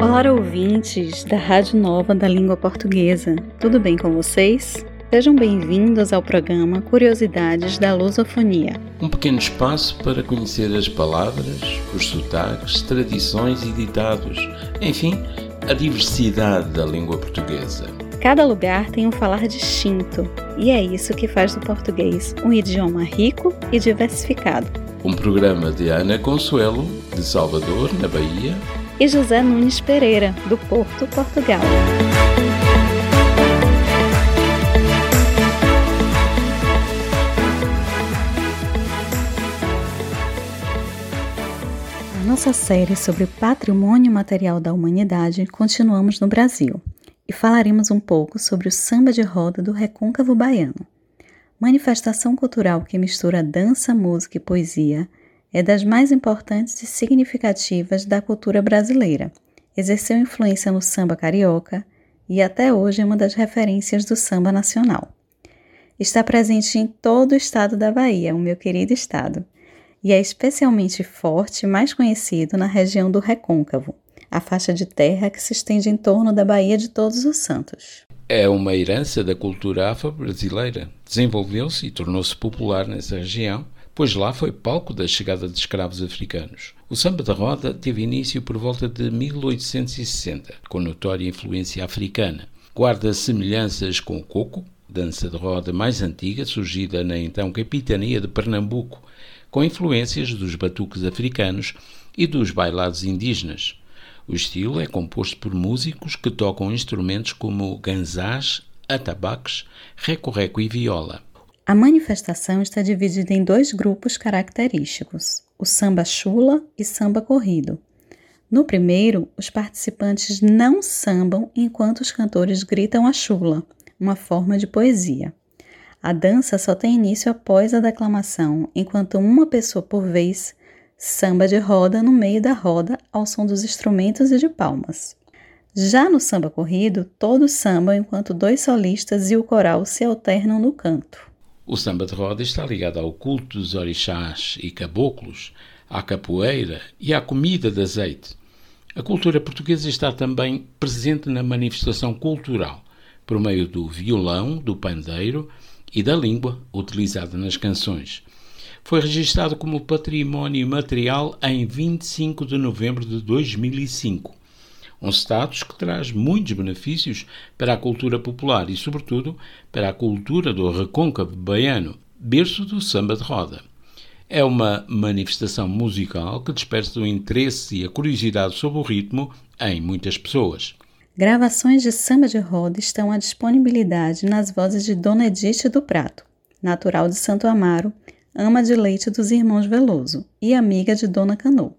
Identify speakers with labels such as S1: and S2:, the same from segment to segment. S1: Olá, ouvintes da Rádio Nova da Língua Portuguesa. Tudo bem com vocês? Sejam bem-vindos ao programa Curiosidades da Lusofonia.
S2: Um pequeno espaço para conhecer as palavras, os sotaques, tradições e ditados, enfim, a diversidade da língua portuguesa.
S1: Cada lugar tem um falar distinto, e é isso que faz do português um idioma rico e diversificado.
S2: Um programa de Ana Consuelo, de Salvador, na Bahia,
S1: e José Nunes Pereira, do Porto, Portugal. A nossa série sobre patrimônio material da humanidade continuamos no Brasil e falaremos um pouco sobre o samba de roda do recôncavo baiano. Manifestação cultural que mistura dança, música e poesia, é das mais importantes e significativas da cultura brasileira. Exerceu influência no samba carioca e até hoje é uma das referências do samba nacional. Está presente em todo o estado da Bahia, o meu querido estado, e é especialmente forte e mais conhecido na região do Recôncavo, a faixa de terra que se estende em torno da Bahia de Todos os Santos.
S2: É uma herança da cultura afro-brasileira. Desenvolveu-se e tornou-se popular nessa região pois lá foi palco da chegada de escravos africanos. O samba da roda teve início por volta de 1860, com notória influência africana. Guarda semelhanças com o coco, dança de roda mais antiga surgida na então capitania de Pernambuco, com influências dos batuques africanos e dos bailados indígenas. O estilo é composto por músicos que tocam instrumentos como ganzás, atabaques, recorreco e viola.
S1: A manifestação está dividida em dois grupos característicos: o samba chula e samba corrido. No primeiro, os participantes não sambam enquanto os cantores gritam a chula, uma forma de poesia. A dança só tem início após a declamação, enquanto uma pessoa por vez samba de roda no meio da roda ao som dos instrumentos e de palmas. Já no samba corrido, todos sambam enquanto dois solistas e o coral se alternam no canto.
S2: O samba de roda está ligado ao culto dos orixás e caboclos, à capoeira e à comida de azeite. A cultura portuguesa está também presente na manifestação cultural, por meio do violão, do pandeiro e da língua utilizada nas canções. Foi registado como património material em 25 de novembro de 2005. Um status que traz muitos benefícios para a cultura popular e, sobretudo, para a cultura do recôncavo baiano, berço do samba de roda. É uma manifestação musical que desperta o interesse e a curiosidade sobre o ritmo em muitas pessoas.
S1: Gravações de samba de roda estão à disponibilidade nas vozes de Dona Edith do Prato, natural de Santo Amaro, ama de leite dos irmãos Veloso e amiga de Dona Canoa.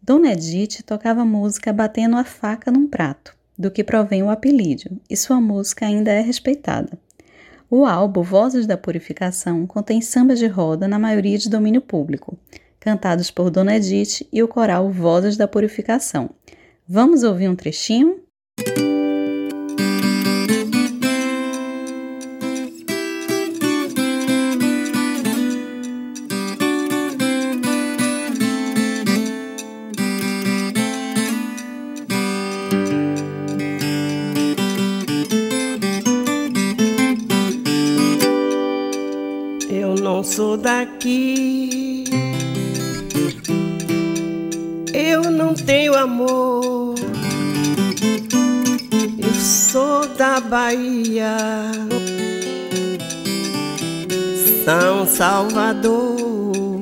S1: Dona Edith tocava música batendo a faca num prato, do que provém o apelídio, e sua música ainda é respeitada. O álbum Vozes da Purificação contém sambas de roda, na maioria de domínio público, cantados por Dona Edith e o coral Vozes da Purificação. Vamos ouvir um trechinho?
S3: sou daqui. Eu não tenho amor. Eu sou da Bahia, São Salvador.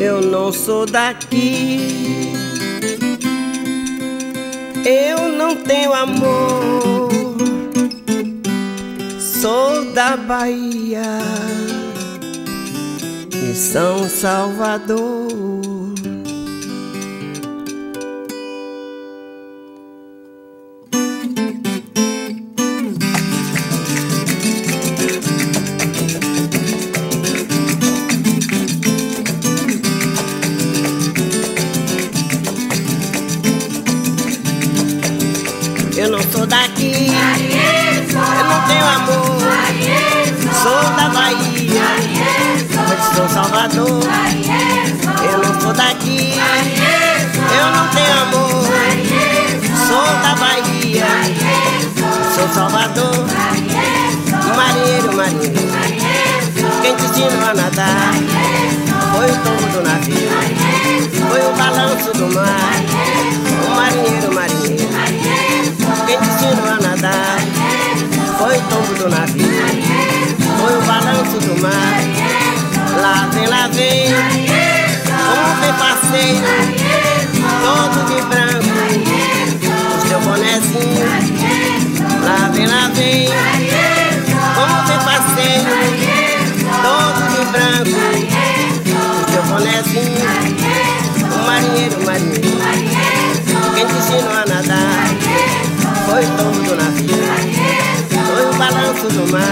S3: Eu não sou daqui. Eu não tenho amor sou da Bahia e São Salvador. Eu não sou daqui. Eu não tenho amor. Sou da Bahia. Mas sou Salvador. Eu não sou daqui. sou Salvador. Marinheiro, marinheiro, quem te ensinou a nadar? Foi o tombo do navio, foi o balanço do mar. O marinheiro, marinheiro, quem te ensinou a nadar? Foi o tombo do navio, foi o balanço do mar. Lá vem, lá vem, como vem passeio, todo de branco, o seu bonezinho. Lá vem, lá vem, como vem passeio, todo de branco, o seu bonezinho. O marinheiro, marinheiro, quem te ensinou a nadar? Foi o tombo do navio, foi o balanço do mar.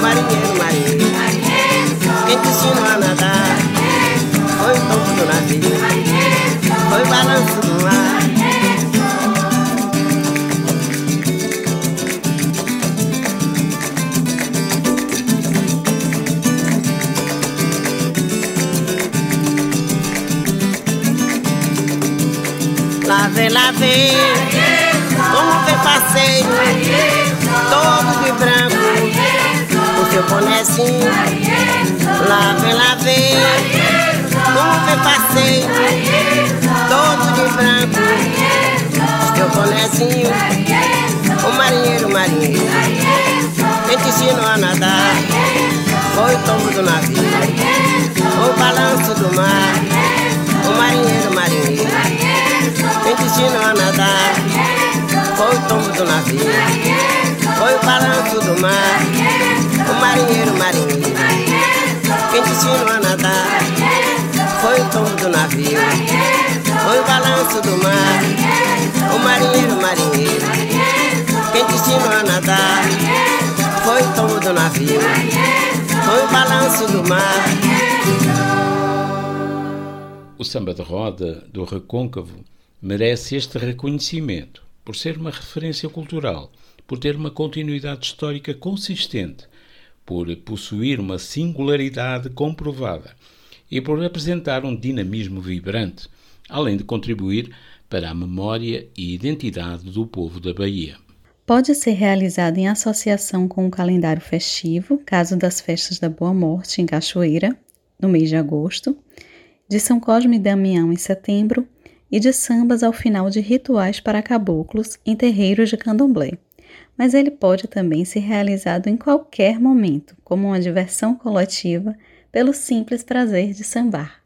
S3: Marinheiro, marinheiro, quem te ensinou a nadar? Foi o tombo do navio, foi o balanço do mar. Lá vem, lá vem, como vem passeio, todo de branco, o seu bonezinho. Lá vem, lá vem, como vem passeio, todo de branco, o seu bonezinho. O marinheiro, marinheiro, quem te ensinou a nadar? Foi o tombo do navio, o balanço do mar. O marinheiro, marinheiro quem te ensinou a nadar Foi o tombo do navio Foi o balanço do mar O marinheiro, marinheiro Quem te ensinou a nadar Foi o tombo do navio Foi o balanço do mar O marinheiro, marinheiro Quem te ensinou a nadar Foi o tombo do navio Foi o balanço do mar
S2: O samba de roda do Recôncavo merece este reconhecimento por ser uma referência cultural, por ter uma continuidade histórica consistente, por possuir uma singularidade comprovada e por apresentar um dinamismo vibrante, além de contribuir para a memória e identidade do povo da Bahia.
S1: Pode ser realizado em associação com o calendário festivo, caso das festas da Boa Morte em Cachoeira, no mês de agosto, de São Cosme e Damião em setembro e de sambas ao final de rituais para caboclos em terreiros de candomblé. Mas ele pode também ser realizado em qualquer momento, como uma diversão coletiva, pelo simples prazer de sambar.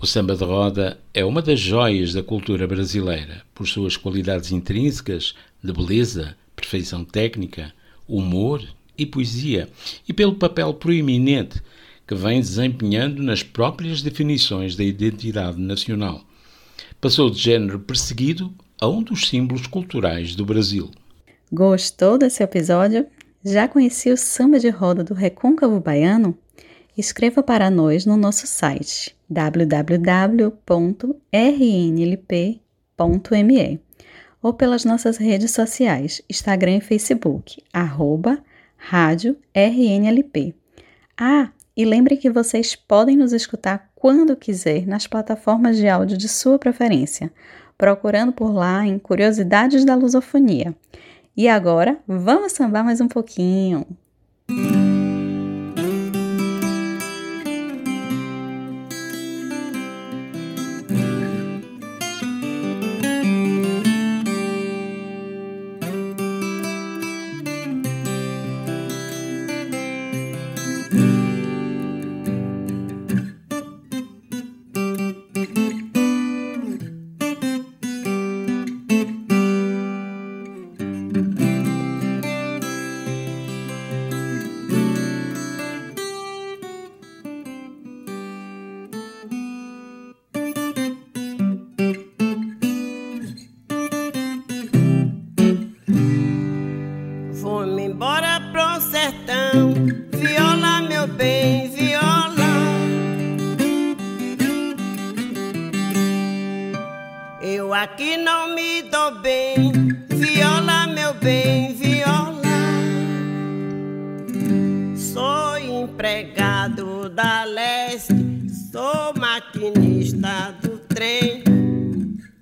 S2: O samba de roda é uma das joias da cultura brasileira, por suas qualidades intrínsecas de beleza, perfeição técnica, humor e poesia, e pelo papel proeminente que vem desempenhando nas próprias definições da identidade nacional passou de género perseguido a um dos símbolos culturais do Brasil.
S1: Gostou desse episódio? Já conhecia o samba de roda do Recôncavo Baiano? Escreva para nós no nosso site www.rnlp.me ou pelas nossas redes sociais, Instagram e Facebook, arroba Rádio RNLP. Ah, e lembre que vocês podem nos escutar quando quiser nas plataformas de áudio de sua preferência, procurando por lá em Curiosidades da Lusofonia. E agora, vamos sambar mais um pouquinho!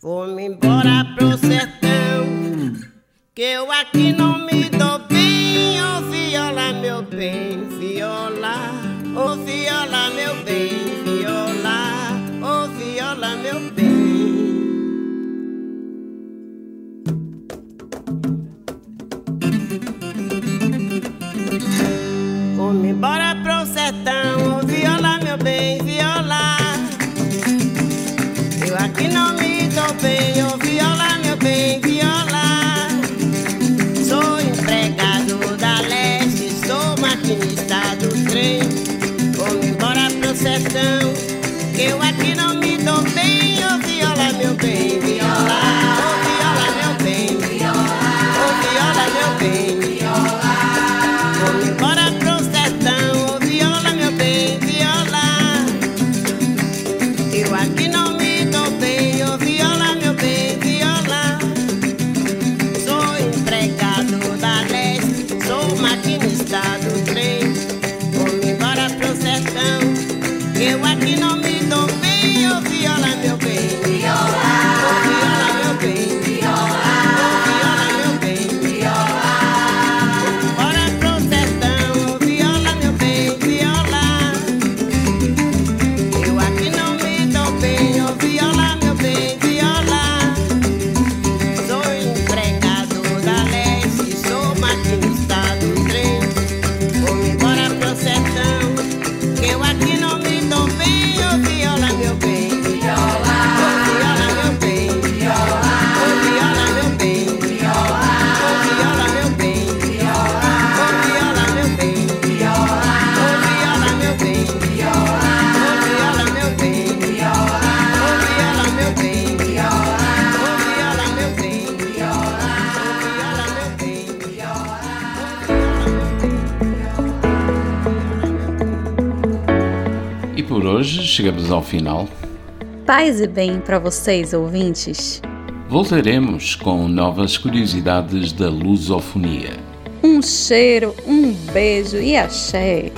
S3: Vou-me embora pro sertão, que eu aqui não me dou bem, ô oh, viola, meu bem, viola, ô oh, viola, meu bem, viola, ô oh, viola, meu bem. Vamos embora pro sertão, ô viola, meu bem, viola. Eu aqui não me dou bem, ô viola, meu bem, viola. Sou empregado da leste, sou maquinista do trem. Vamos embora pro sertão, que eu aqui não me dou bem, ô viola, meu bem, viola. Ô viola, meu bem, viola. Ô viola, meu bem, viola. Vamos embora pro sertão, ô viola, meu bem, viola. Eu aqui não me dou bem, ô viola, meu bem, viola. Sou empregado da leste, sou maquinista do trem. Vamos embora pro sertão, eu aqui não me dou bem, ô viola, meu bem. Viola, ô viola, meu bem. Viola, ô viola, meu bem. Viola, bora pro sertão, ô viola, meu bem, viola. Eu aqui não me dou bem, ô viola, meu bem, viola. Sou empregado da leste, sou maquinista do trem. Vou embora pro sertão, que eu aqui não me dou bem, ô viola, meu bem. Viola, ô viola, meu bem. Viola, ô viola, meu bem. Viola, ô viola, meu bem. Viola, ô viola, meu bem. Viola, ô viola, meu bem. Viola, ô viola, meu bem. Viola, ô viola, meu bem. Viola, ô viola, meu bem. Viola, ô viola, meu bem. Viola, ô viola, meu bem.
S2: E por hoje chegamos ao final.
S1: Paz e bem para vocês, ouvintes.
S2: Voltaremos com novas curiosidades da lusofonia.
S1: Um cheiro, um beijo e axé.